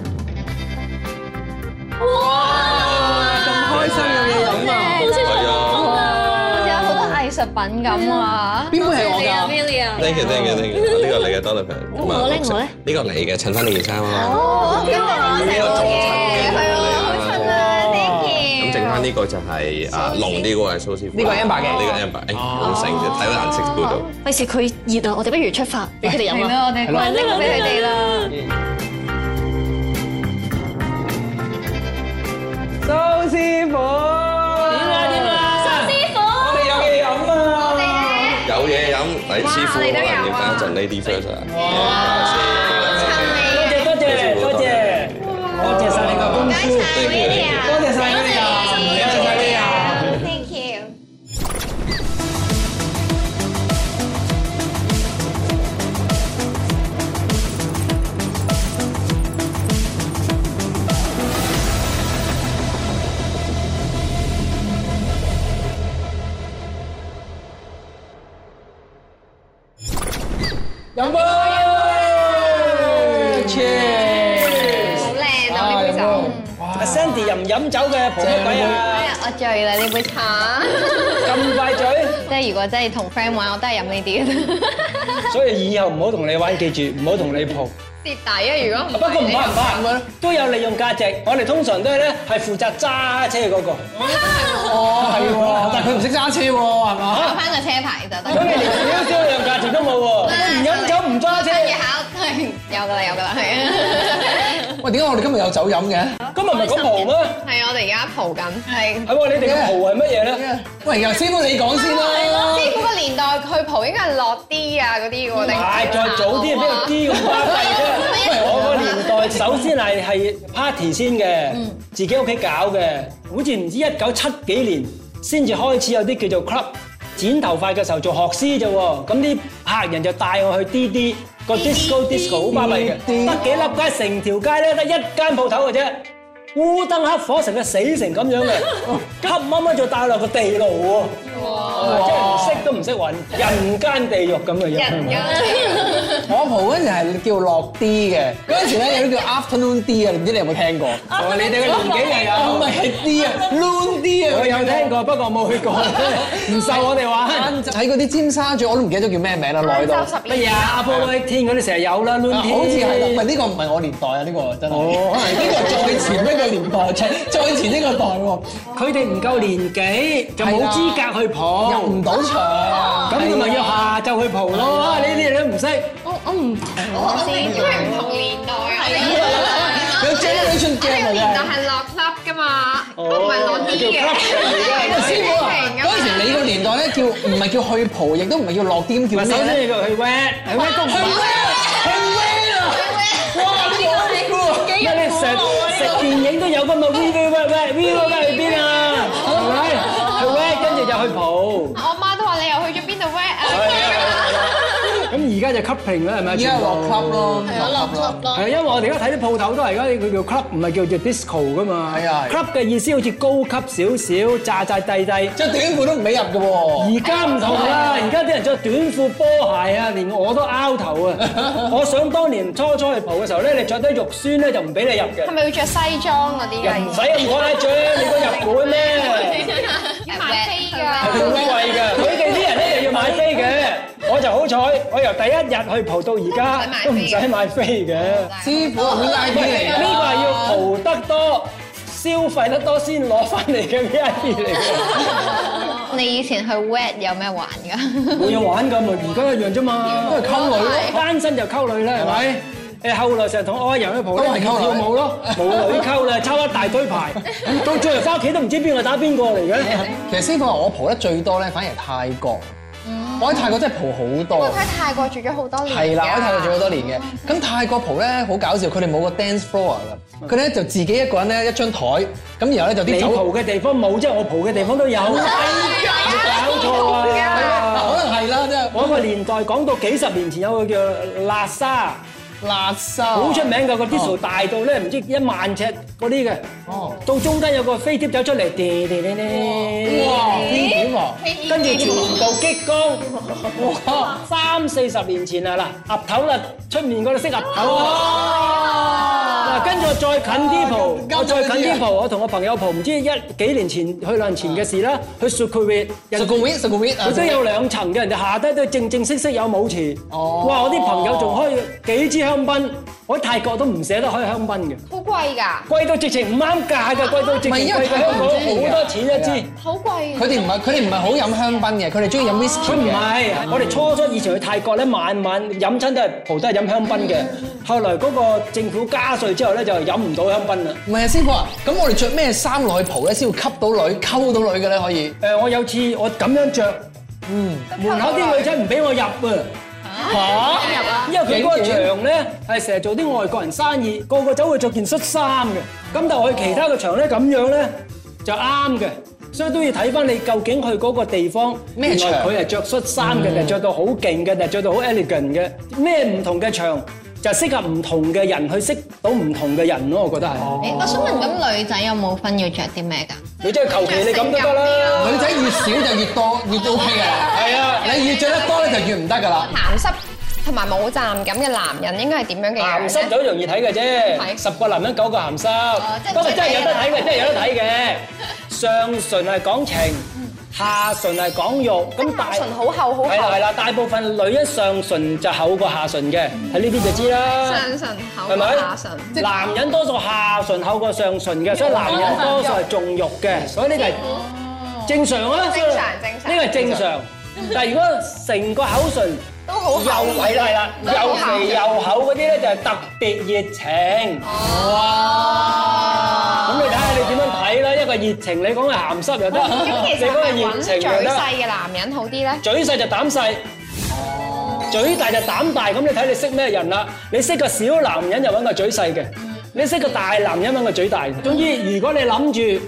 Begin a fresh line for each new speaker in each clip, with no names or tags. Dạ.
藝術品咁啊！
邊杯係我㗎
Amelia，
Thank you, thank you, thank you。呢個你嘅多女朋友。咁
我咧
綠色
我咧
呢個你嘅，襯翻你件衫啊。
哦，咁我成個嘢係啊，好襯啊，thank you。
咁剩翻呢個就係啊濃啲嗰個係蘇師傅。
呢個 Amber 嘅
呢個 Amber，哎好醒嘅，睇到顏色估到。
費事佢熱啊！我哋不如出發俾佢哋
係
飲
啦，
啊！
我哋關呢個俾佢哋啦。
蘇師傅，點啊點啊！蘇師傅，我哋有嘢飲啊！我哋
有嘢飲，嚟師傅，
哇你都有啊
要加一陣呢啲 first 啊。
多謝多謝多謝，多謝晒你個公司，多謝晒你啊，多謝晒你啊！
Thank you。
飲杯，cheers！
好靚啊呢杯酒。
阿 Sandy 又唔飲酒嘅，蒲乜鬼啊？
我醉啦呢杯茶，
咁快嘴，
即係如果真係同 friend 玩，我都係飲呢 啲。
所以以後唔好同你玩，記住唔好同你蒲。
蝕底啊！如果唔
不過唔怕唔怕，都有利用價值。我哋通常都係咧係負責揸車嗰個。
哦，係喎，但係佢唔識揸車喎，係嘛？
攞翻個車牌就得。
咁你連少少利用價值都冇喎，你唔飲酒唔揸車，
跟住考，係有噶啦有噶啦， 係啊。
喂，點解我哋今日有酒飲嘅？
今日唔係講蒲咩？
係啊我哋而家蒲緊，係。
係喎，你哋嘅蒲係乜嘢咧？
喂，由師傅你講先啦。
師傅個年代佢蒲應該係落啲啊嗰啲喎，定
係再早啲，邊有啲咁巴閉啫？ 我個年代首先係係 party 先嘅，自己屋企搞嘅，好似唔知一九七幾年先至開始有啲叫做 club。剪頭髮嘅時候做學師啫喎，咁啲客人就帶我去 D D 個 disco disco 好巴閉嘅，得幾粒街，成條街咧得一間鋪頭嘅啫，烏燈黑火成個死成咁 樣嘅，黑掹掹就帶落個地牢喎，即係唔識都唔識揾，人間地獄咁嘅樣。
人㗎。
我蒲嗰陣時係叫落 D 嘅，嗰陣時咧有啲叫 afternoon D 啊，唔知你有冇聽過？
哦，你哋嘅年紀又
唔
有，
係係 D 啊，noon D 啊，
我有聽過，不過冇去過，唔受我哋玩。
喺嗰啲尖沙咀，我都唔記得咗叫咩名啦，耐到。
十
乜嘢啊？Apollo 天嗰啲成日有啦，Lun
啊
天，
好似係啦，唔係呢個唔係我年代啊，呢個真係。
哦
可能呢個再前呢個年代，再前呢個代喎，
佢哋唔夠年紀，就冇資格去蒲，
入唔到場。啊
咁佢咪要下晝去蒲咯？啊呢啲你都唔識，
我我唔
我哋應該係唔同年代啊。
有 generation
我哋
gap 啊
個
嚟
年代
嘅。
係落 club 㗎嘛，都唔係落啲嘅。
師傅啊，嗰陣時你個年代咧叫唔係叫去蒲，亦都唔係叫落點，叫
咪首
咩咧？
先要去 wet，去 wet 都唔
去 w
得。
去 w 啊！哇，呢個你喎。
乜你成食電影都有㗎嘛？V V wet wet V V wet 去邊啊？係咪？去 wet 跟住就去蒲。
我媽都話你又去咗邊度 wet 啊？
咁而家就 clubbing 啦，係咪？
而家落 club 咯，落 club 咯。
係啊，因為我哋而家睇啲鋪頭都係而家佢叫 club，唔係叫做 disco 噶嘛。
係啊係
club 嘅意思好似高級少少，炸炸地地。
着短褲都唔俾入嘅喎。
而家唔同啦，而家啲人着短褲波鞋啊，連我都拗 頭啊！我想當年初初去蒲嘅時候咧，你着得肉酸咧就唔俾你入嘅
係，咪要着西裝嗰啲
又唔使咁講啦，着你都日 本咩？
要買飛
係好
㗎。
貴嘅，佢 哋啲人咧又要買飛嘅，我就好彩，我由第一日去蒲到而家都唔使買飛嘅。
師傅係啊 VIP 嚟
呢
㗎。
個係要蒲得多、消費得多先攞翻嚟嘅 VIP 嚟嘅，
你以前去 wet 有咩玩㗎？
冇嘢玩㗎嘛，而家一樣啫嘛，都係溝女咯，單身就溝女啦，係咪？誒後來成日同我阿友去蒲咧，
都係溝女
跳舞咯，冇女溝啦，抽一大堆牌，到最後翻屋企都唔知邊個打邊個嚟嘅。
其實師傅話我蒲得最多咧，反而係泰國。我喺泰國真係蒲好多
我。喺泰國住咗好多年。
係啦，我喺泰國住好多年嘅。咁泰國蒲咧好搞笑，佢哋冇個 dance floor 㗎，佢咧就自己一個人咧一張台，咁然後咧就
你
啲酒。
蒲嘅地方冇，即係我蒲嘅地方 都有，搞錯啊！
可能係啦，真係
我個年代講到幾十年前有個叫辣沙。
辣沙。
好出名嘅個 disco 大到咧，唔知一萬尺嗰啲嘅，到中間有個飛碟走出嚟，叮叮叮叮
哇！呢點喎？
跟住全部激光，哇！三四十年前啊嗱，岌頭啦，出面嗰度識岌頭啊，啊，跟住我再近啲蒲，
夠
我再
夠
近
夠
啲蒲，我同我朋友蒲，唔知一幾年前去兩年前嘅事啦，去 s u k u i 人
十個 win，十個 win 啊！
佢都有兩層嘅，人哋下低都正正式式有舞池。哇！我啲朋友仲開幾支香檳，我喺泰國都唔捨得開香檳嘅，
好貴㗎，
貴到直情唔啱價嘅，貴到直情
唔係因為
貴過
泰國
香港
唔知㗎
好多錢一支。
好貴。
佢哋唔係佢哋唔係好飲香檳嘅，佢哋中意飲 whisky
佢唔
嘅。
係，我哋初初以前去泰國咧，晚晚飲親都係蒲都係飲香檳嘅。後來嗰個政府加税之後咧，就飲唔到香檳啦。
唔係啊，師傅啊，咁我哋着咩衫落去蒲咧，先會吸到女、溝到女嘅咧？可以
誒、我有次我咁樣着，門口啲女仔唔俾我入啊！
嚇？
因為佢嗰個場咧係成日做啲外國人生意，個個走去着件恤衫嘅。咁但係我去其他嘅場咧咁樣咧就啱嘅，所以都要睇翻你究竟去嗰個地方，
咩
原
場
來佢係着恤衫嘅，定係着到好勁嘅，定係着到好 elegant 嘅，咩唔同嘅場就適合唔同嘅人去識到唔同嘅人咯，我覺得係。
我想問咁女仔有冇分要着啲咩㗎？
女仔求其你咁都得啦，
女仔越少就越多，越 OK 嘅。係啊，你越着得多咧就越唔得㗎啦。
鹹濕同埋冇站感嘅男人應該係點樣嘅
鹹
樣
濕
咧？
就好容易睇嘅啫，
係哦
十個男人九個鹹濕
即係，啊
不過
唔使
真係有得睇
睇
嘅，真係有得睇嘅。上唇係講情，下唇係講慾，咁大
嗯唇好厚好厚
係啦係啦，大部分女人上唇就厚過下唇嘅，睇呢啲就知啦，
上唇厚
係
過
咪
下唇。？
男人多數下唇厚過上唇嘅，所以男人多數係重慾嘅，所以呢個係正常啊，
正常正常
呢個係正常。但係如果成個口唇，
都好
又
厚
係啦係啦，又肥又厚嗰啲咧就係特別熱情。哇！咁你睇下你點樣睇啦？一個熱情，你講係鹹濕又得，
咁其
你
實
講
係
係
咪
熱
揾
情
嘴
又得。
細嘅男人好啲咧？
嘴細就膽細，嘴大就膽大。咁你睇你識咩人啦？你識個小男人就揾個嘴細嘅，你識個大男人揾個嘴大。總之，如果你諗住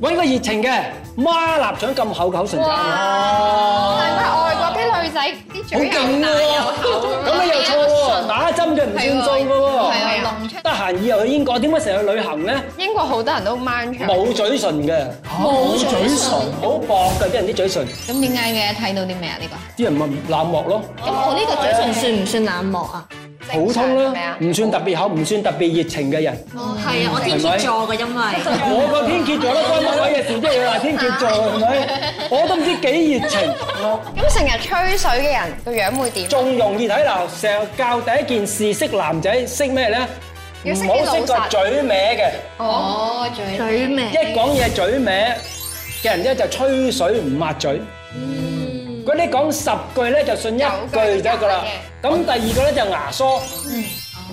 揾個熱情嘅，孖臘腸咁厚口唇就啱啦。
哇！難怪外國啲女仔啲嘴
好勁
又大
喎
又厚咁樣，
咁你又錯喎，打針嘅唔算數嘅喎。
係啊，弄出
得閒以後去英國點解成日去旅行咧？
英國好多人都掹出。
冇嘴唇嘅，
冇嘴唇。
好薄嘅啲人啲嘴唇，
咁點解嘅？睇到啲咩啊？呢個
啲人咪冷漠咯，
咁我呢個嘴唇算唔算冷漠啊？
普通
正常係咪
啦嗯
啊，嗯
唔算特別厚，唔算特別熱情嘅人。
哦，係啊，我
天蠍
座嘅，因為
我個天蝎座都關乜鬼嘢事啫？要話天蝎座係咪？我都唔知幾熱情，
咁成日吹水嘅人個樣會點？啊
仲容易睇嗱。成日教第一件事識男仔識咩咧？
要
唔
識啲
好
老
識個
實
嘴歪嘅，
哦，嘴
嘴咩？
一講嘢嘴歪嘅人咧就吹水唔抹嘴。嗰啲講十句咧就信一句得噶啦。咁第二個咧就牙疏，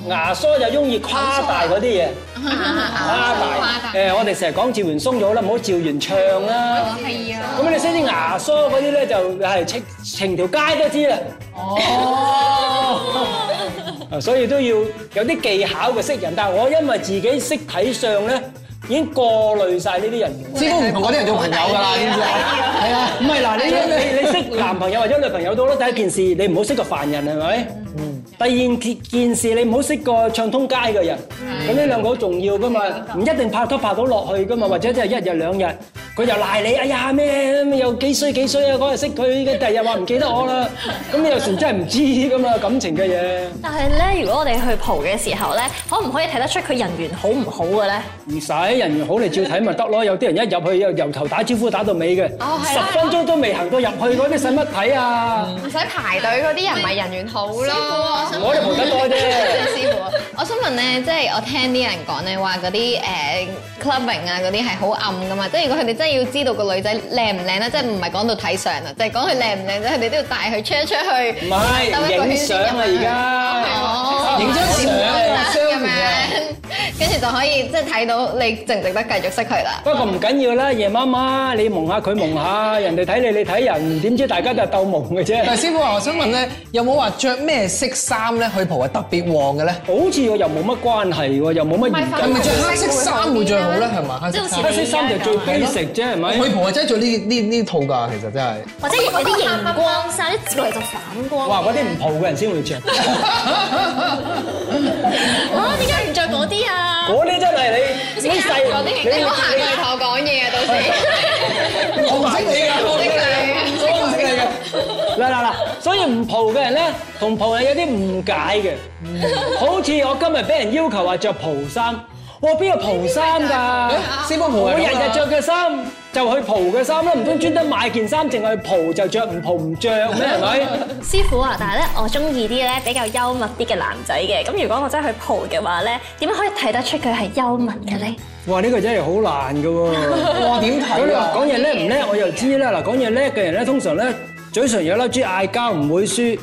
牙疏就中意誇大嗰啲 嘢，誇大。誒，我哋成日講趙元鬆咗啦，唔好趙元唱啦。
係啊，
咁你識啲牙梳嗰啲咧，就係情情條街都知 啦。哦，所以都要有啲技巧嘅識人，但係我因為自己識睇相咧，已經過濾晒呢啲人。
師傅唔同嗰啲人做朋友㗎啦，知唔知啊？係啊，
唔係嗱，你你你識男朋友或者女朋友都好啦，第一件事你唔好識個凡人係咪？第二件件事你唔好識個唱通街嘅人，咁呢兩個好重要噶嘛，唔一定拍拖拍到落去噶嘛，或者即係一日兩日，佢又賴你，哎呀咩咩又幾衰幾衰啊！嗰日識佢嘅，第二日話唔記得我啦，咁你有時真係唔知噶嘛感情嘅嘢。
但係咧，如果我哋去蒲嘅時候咧，可唔可以睇得出佢人緣好唔好嘅咧？
唔使人緣好，你照睇咪得咯。有啲人一入去又由頭打招呼打到尾嘅，十分鐘都未行到入去嗰啲使乜睇啊？
唔使排隊嗰啲人咪人緣好咯。
我哋蒲得多啫。
師傅，我想問咧，即係我聽啲人講咧話嗰啲誒 clubbing 啊嗰啲係好暗噶嘛，即係如果佢哋真係要知道個女仔靚唔靚咧，即係唔係講到睇相啊，就係講佢靚唔靚咧，佢哋都要帶佢出一出去，
唔係影相啊！而家
影張相啊，相
咁
唔嘅。
樣，跟住就可以即係睇到你值唔值得繼續識佢啦。
不過唔緊要啦，夜媽媽你蒙下佢蒙下，人哋睇你你睇人，點知大家都係鬥蒙嘅啫。
但係師傅啊，我想問咧，有冇話着咩色衫咧去蒲啊係特別旺嘅咧？
好似我又冇乜關係喎，又冇乜研
係
究。
咪着黑色衫會最好咧？係嘛？黑色衫
黑色衫就最 basic 啫，係咪？
去蒲係真係着呢呢呢套㗎，其實真係。
或者有啲熒光衫，一接落嚟就反光。
哇！嗰啲唔蒲嘅人先會着，
啊，點解唔着嗰啲啊？
我呢真係你呢世
嗰啲你唔好行過嚟同我講嘢啊！到時
我唔識你㗎，我唔識
唔識
你
你
㗎，我唔識你㗎。
嗱嗱嗱，所以唔蒲嘅人咧，同蒲係有啲誤解嘅。好似我今日俾人要求話着蒲衫，我邊有蒲衫㗎？
師傅蒲
我
係
日
咁啊
日着嘅衫就去蒲嘅衫啦，唔通專登買件衫淨係去蒲就着，唔蒲唔着咩？係咪？
師傅啊，但係咧，我中意啲咧比較幽默啲嘅男仔嘅。咁如果我真係去蒲嘅話咧，點樣可以睇得出佢係幽默嘅咧？
哇！呢、個真係好難㗎喎。
哇，點
咁
睇
你話
啊？
講嘢叻唔叻，我又知啦。嗱，講嘢叻嘅人咧，通常咧嘴唇有粒珠，嗌交唔會輸，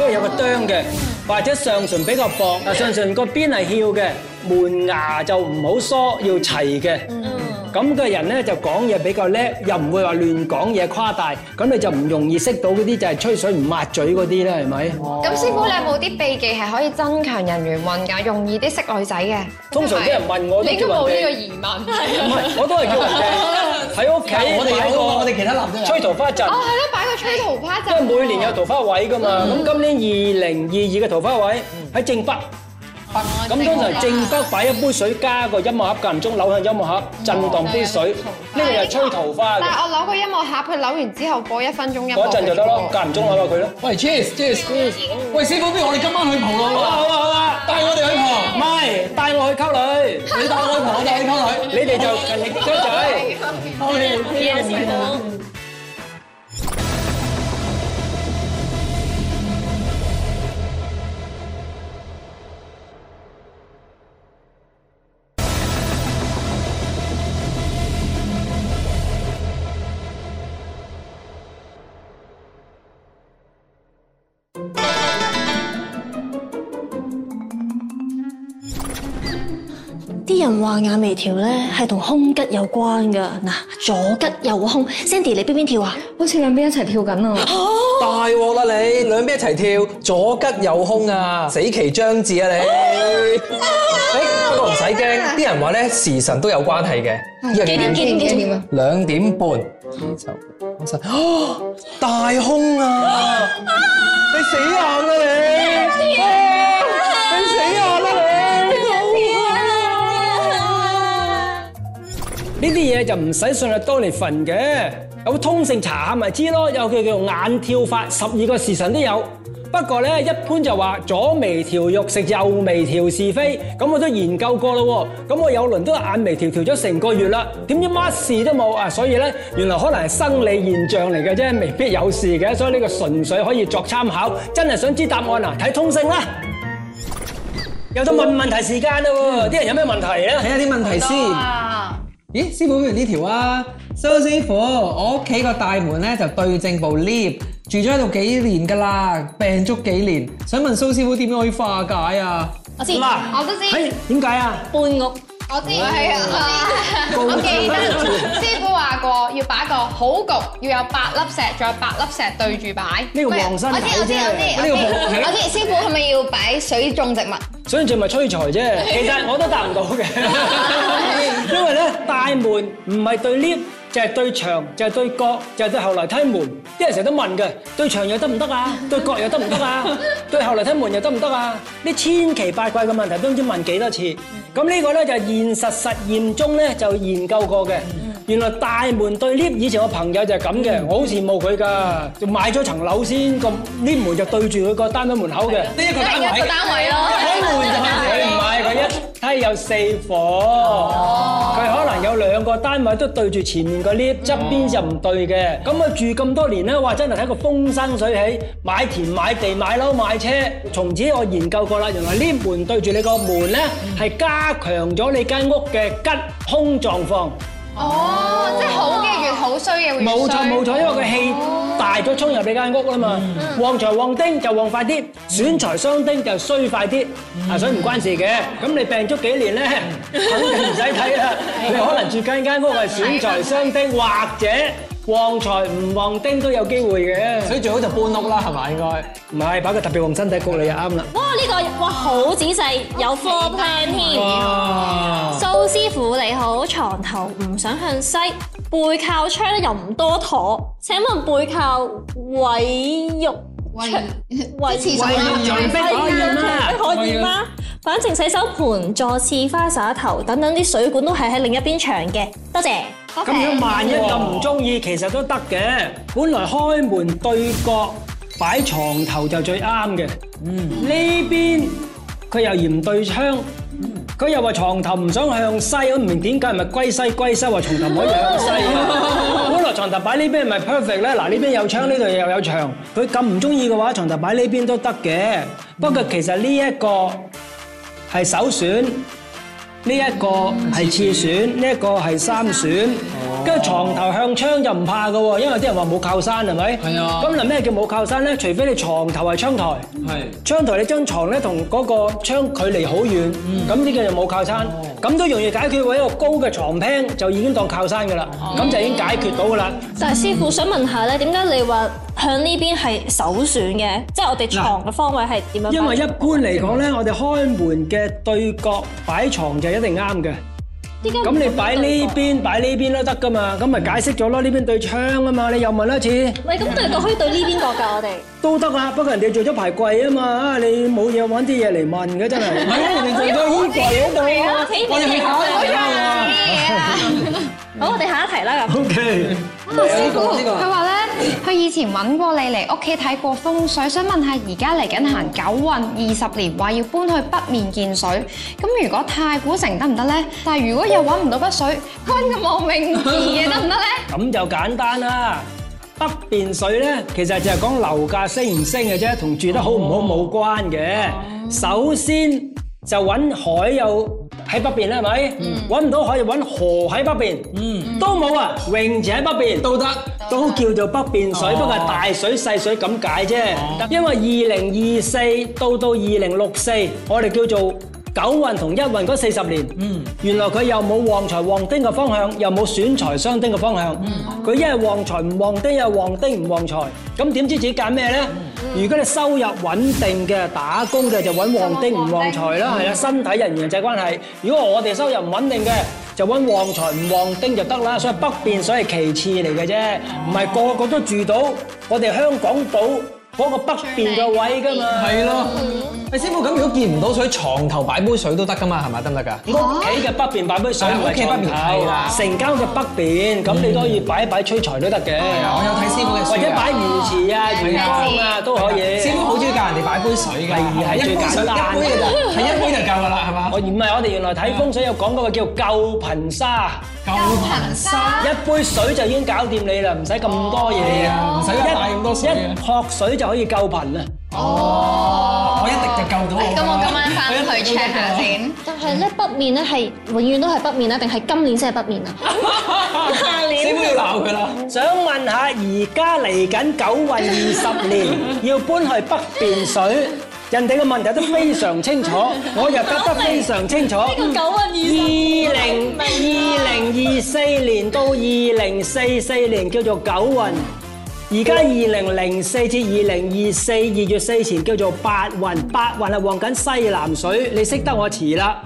因為有個啄嘅，或者上唇比較薄，但上唇個邊係翹嘅，門牙就唔好疏，要齊嘅。咁嘅人咧就講嘢比較叻，又唔會話亂講嘢誇大，咁你就唔容易識到嗰啲就係吹水唔抹嘴嗰啲啦，係咪？
咁師傅，你有冇啲秘技係可以增強人緣運㗎，容易啲識女仔嘅？
通常俾人問我都
你都
叫
冇
人
呢個
哋，
疑問。
唔係我都係叫人哋喺屋企
我哋
擺
有啊，我哋
個
其他男仔有。
吹桃花陣。
哦，係咯，擺個吹桃花
因為
陣。
每年有桃花位噶嘛，咁今年二零二二嘅桃花位喺正北，
哦
咁通常正北擺一杯水加個音樂盒，間唔中扭向音樂盒震盪杯水，呢個就係吹桃花
但
嘅，
係我攞個音樂盒，佢扭完之後播一分鐘音樂。
嗰陣就得咯，。間唔中扭下佢咯。
喂，cheers cheers！喂，師傅，不如我哋今晚去蒲
好啊
咯
好啊好啊
喎，，帶我哋去
唔
蒲，
係帶我去溝女，
你帶我去蒲，我帶你溝女。
你哋就勤力追仔。
啲人話眼眉條咧係同胸吉有關㗎，嗱左吉右胸，Sandy 你邊邊條啊？
好似兩邊一齊跳緊啊！
大鑊啦你，兩邊一齊跳，左吉右胸啊，死期將至啊 你！誒，不過唔使驚，啲人話咧時辰都有關係嘅。呢個幾點？
幾點幾點啊？
兩點半。呢就我就啊大胸啊！你死硬啦你！啊你死硬啦你！
呢啲嘢就唔使信阿多嚟份嘅，有通勝查下咪知咯，有叫叫眼跳法，十二個時辰都有。不過咧，一般就話左眉調肉食，右眉調是非，咁我都研究過咯喎。咁我有輪都眼眉調調咗成個月啦，點知乜事都冇啊！所以咧，原來可能係生理現象嚟嘅啫，未必有事嘅，所以呢個純粹可以作參考。真係想知答案啊，睇通勝啦。又到問問題時間啦喎，啲人有咩問題咧？
睇下啲問題先。咦，師傅不如呢條啊，蘇師傅，我屋企個大門咧就對正部 lift，住咗喺度幾年㗎啦，病足幾年，想問蘇師傅點樣可以化解啊？
我知，
嗱，
我都知，
係點解啊？
半屋。
我知，係啊，我記得師傅話過要擺個好局，要有八粒石，仲有八粒石對住擺。
呢個旺身
我
嚟
知我知我知，
呢個冇
我知師傅係咪要擺水種植物？
所以就咪催財啫。其實我都答唔到嘅，因為咧大門唔係對 lift，就係對牆，就係對角，就係對後樓梯門。啲人成日都問嘅，對牆又得唔得啊？對角又得唔得啊？對後樓梯門又得唔得啊？呢千奇百怪嘅問題都唔知問幾多次。咁呢個咧就係現實實驗中咧就研究過嘅。原來大門對 lift，以前我朋友就係咁嘅，我好羨慕佢㗎，就買咗層樓先，咁 lift 門就對住佢個單位門口嘅。
呢一個單
一個
位，
單位咯。
開門就係佢唔係佢一梯有四房，佢可能有兩個單位都對住前面個 lift，側邊就唔對嘅。咁佢住咁多年咧，哇！真係睇個風生水起，買田買地買樓買車。從此我研究過啦，原來 lift 門對住你個門咧，係加強咗你間屋嘅吉凶狀況。
哦，即係好嘅越好，衰嘅會越衰。
冇錯冇錯，因為佢氣大咗衝入你間屋啦嘛，旺財旺丁就旺快啲，損財傷丁就衰快啲，啊所以唔關事嘅。咁你病足幾年咧，肯定唔使睇啦。你可能住間間屋係損財傷丁，或者旺財唔旺丁都有機會嘅。
所以最好就搬屋啦，係咪應該？
唔係擺個特別旺身體局你就啱啦。
哇！呢、個哇好仔細，有 floor plan 添。蘇師傅你好，床頭唔想向西，背靠窗咧又唔多妥。請問背靠位浴
喂
位
即係廁所啦
喂
喂
可以
可以
嗎
嗎？啊反程洗手盆、坐廁、花灑頭等等啲水管都係喺另一邊長嘅。多謝。
咁樣萬一咁唔中意，其實都得嘅。本來開門對角擺床頭就最啱嘅。呢邊佢又嫌對窗，佢又話床頭唔想向西，我唔明點解，咪歸西歸西話床頭唔可以向西啊。 本來床頭擺呢邊咪 perfect 咧，嗱呢邊有窗，呢度又有牆。佢咁唔中意嘅話，床頭擺呢邊都得嘅。不過其實呢一個係首選。呢一個係次選，呢一個係三選。
哦
跟住床頭向窗就唔怕嘅喎，因為有啲人話冇靠山係咪？
係啊
咁嗱咩叫冇靠山咧？除非你床頭係窗台，窗台你張床咧同嗰個窗距離好遠，咁呢個就冇靠山。咁都容易解決喎，一個高嘅床廳就已經當靠山㗎啦，咁就已經解決到㗎啦。
但係師傅想問下咧，點解你話向呢邊係首選嘅？即係我哋床嘅方位係點樣擺？
因為一般嚟講咧，我哋開門嘅對角擺床就一定啱嘅。
點解唔
咁你擺呢
對角？
邊擺呢邊都得噶嘛，咁咪解釋咗咯。呢邊對窗啊嘛，你又問一次
唔係咁對角可以對呢邊角㗎，我哋。
都得啊。不過人哋做咗排櫃啊嘛，啊你冇嘢揾啲嘢嚟問嘅真係。
啊我哋下一題啦。好，我哋下一題啦咁。
O K，
師傅，
呢個
佢話咧，佢以前揾過你嚟屋企睇過風水，想問下而家嚟緊行九運二十年，話要搬去北面見水，咁如果太古城得唔得咧？但係如果又揾唔到北水，揾個望命字嘅得唔得咧？
咁就簡單啦。北邊水咧，其實就係講樓價升唔升嘅啫，同住得好唔好冇關嘅。首先就揾海有喺北邊啦，係咪？揾唔到海就揾河喺北邊，都冇啊，泳池喺北邊。都叫做北邊水，不過係大水細水咁解啫。因為二零二四到到二零六四，我哋叫做九運同一運嗰四十年，原來佢又冇旺財旺丁嘅方向，又冇損財傷丁嘅方向。佢一係旺財唔旺丁，一係旺丁唔旺財。咁點知自己揀咩呢？如果你收入穩定嘅打工嘅就揾旺丁唔旺財啦，係啦，身體人緣際關係。如果我哋收入唔穩定嘅，就揾旺財唔旺丁就得啦。所以北邊水係其次嚟嘅啫，唔係個個都住到我哋香港島嗰個北邊嘅位㗎嘛。屋企嘅北邊擺杯水，
係屋企北邊係啦
城郊嘅北邊，咁你都可以擺一擺催財都得嘅。
啊
或者擺魚池啊、魚缸啊都可以。我唔係，我哋原來睇風水有講嗰個叫救貧沙，一杯水就已經搞掂你啦，唔使咁多嘢啊，一喝水就可以救貧啊！哦
咁我今晚翻去 check 下先。
但係咧，北面咧係永遠都係北面啊，定係今年先係北面啊？下年
想問下，而家嚟緊九運二十 年，要搬去北邊水，人哋嘅問題都非常 清楚，我又答得非常清楚。
呢個九運二
二
十年
零二零二四年到二零四四年叫做九運，而家二零零四至二零二四二月四前叫做八運，八運係旺緊西南水，你識得我遲啦。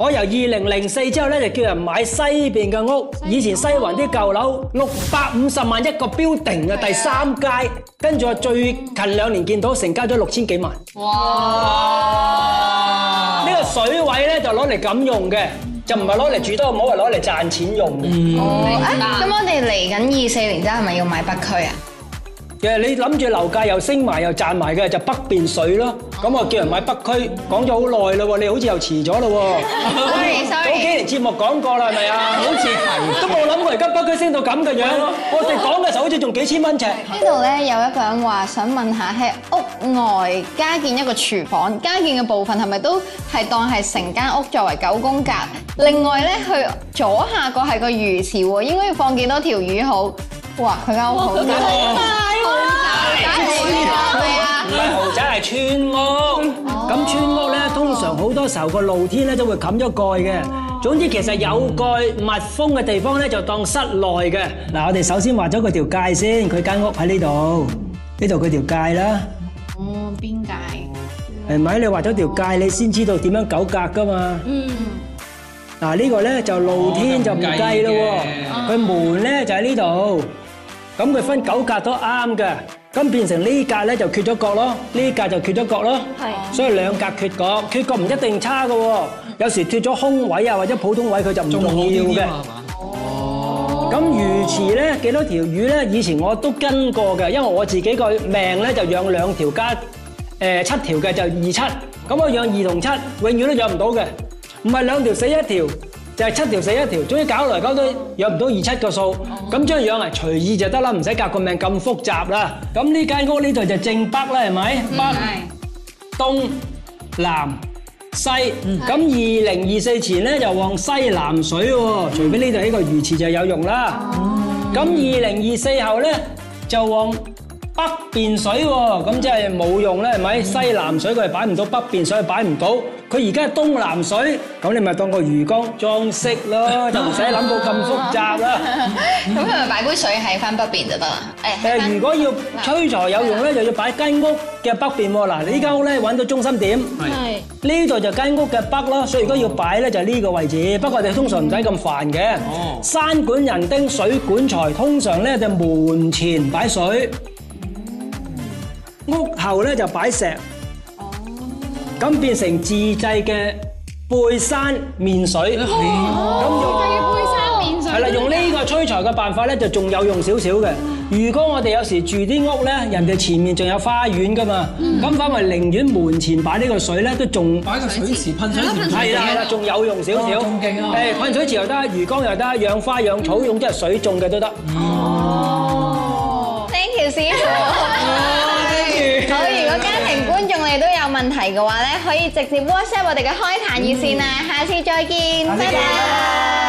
我由二零零四之後咧，就叫人買西邊嘅屋。以前西環啲舊樓六百五十萬一個 building 啊，第三街，跟住我最近兩年見到成交咗六千幾萬。呢個水位咧就攞嚟咁用嘅，就唔係攞嚟煮多，唔好係攞嚟賺錢用嘅。
哦，誒咁我哋嚟緊二四年之後係咪要買北區啊？
其實你諗住樓價又升埋又賺埋嘅，就北邊水咯。咁我叫人買北區，講咗好耐啦喎，你好似又遲咗啦喎。
Sorry，
早
sorry
幾年節目講過啦，係咪啊？好似係都冇諗過而家北區升到咁嘅樣。我哋講嘅時候好似仲幾千蚊尺。
呢度咧有一個人話想問下，喺屋外加建一個廚房，加建嘅部分係咪都係當係成間屋作為九宮格？另外咧，佢左下角係個魚池喎，應該要放幾多條魚好？哇！佢間屋好大，好大，係啊！
唔係豪宅係村屋，咁村屋咧通常好多時候個露天咧都會冚咗蓋嘅。總之其實有蓋密封嘅地方咧就當室內嘅。嗱，我哋首先畫咗佢條界先，佢間屋喺呢度，呢度佢條界啦。
哦，邊界？
係咪？你畫咗條界，你先知道點樣九格噶嘛？嗯。嗱，呢個咧就露天就唔計咯喎，佢門咧就喺呢度，咁佢分九格都啱嘅。咁變成呢格咧就缺咗角咯，呢格就缺咗角咯，
係
所以兩格缺角，缺角唔一定差嘅喎，有時缺咗空位啊或者普通位佢就唔重
仲好
要
啲
嘅
添。啊係嘛？
咁魚池咧幾多條魚咧？以前我都跟過嘅，因為我自己個命咧就養兩條加誒、呃七條嘅就二七，咁我養二同七，永遠都養唔到嘅，唔係兩條死一條，就係、七條死一條，總之搞來搞去養唔到二七個數，咁將養嚟隨意就得啦，唔使夾個命咁複雜啦。咁呢間屋呢度就正北啦，係咪？北。東南西，咁二零二四前咧就往西南水喎，除非呢度呢個魚池就有用啦。咁二零二四後咧就往北邊水喎，咁即係冇用啦，係咪？西南水佢係擺唔到，北邊水係擺唔到。佢而家係東南水，咁你咪當個魚缸裝飾咯，就唔使諗到咁複雜啦。
咁佢咪擺杯水喺翻北邊就得啦。誒，
誒，如果要催財有用咧，就要擺間屋嘅北邊喎。嗱，呢間屋咧揾到中心點。
係
呢度就間屋嘅北咯，所以如果要擺咧就係呢個位置。不過我哋通常唔使咁煩嘅。山管人丁，水管財，通常咧就門前擺水，屋後咧就擺石。咁變成自製嘅背山面水。咁用
啊
係啦，用呢個催財嘅辦法咧，就仲有用少少嘅。如果我哋有時住啲屋咧，人哋前面仲有花園噶嘛，
嗯
咁反為寧願門前擺呢個水咧，都仲
擺個水池噴水池
係啦係啦，仲有用少少。
啊哦仲勁啊
誒，噴水池又得，魚缸又得，養花養草，用即係水種嘅都得。
thank you 師傅。好，如果家庭觀眾你都有問題嘅話咧，可以直接 WhatsApp 嗯我哋嘅開壇熱線啊！下次再見，拜拜。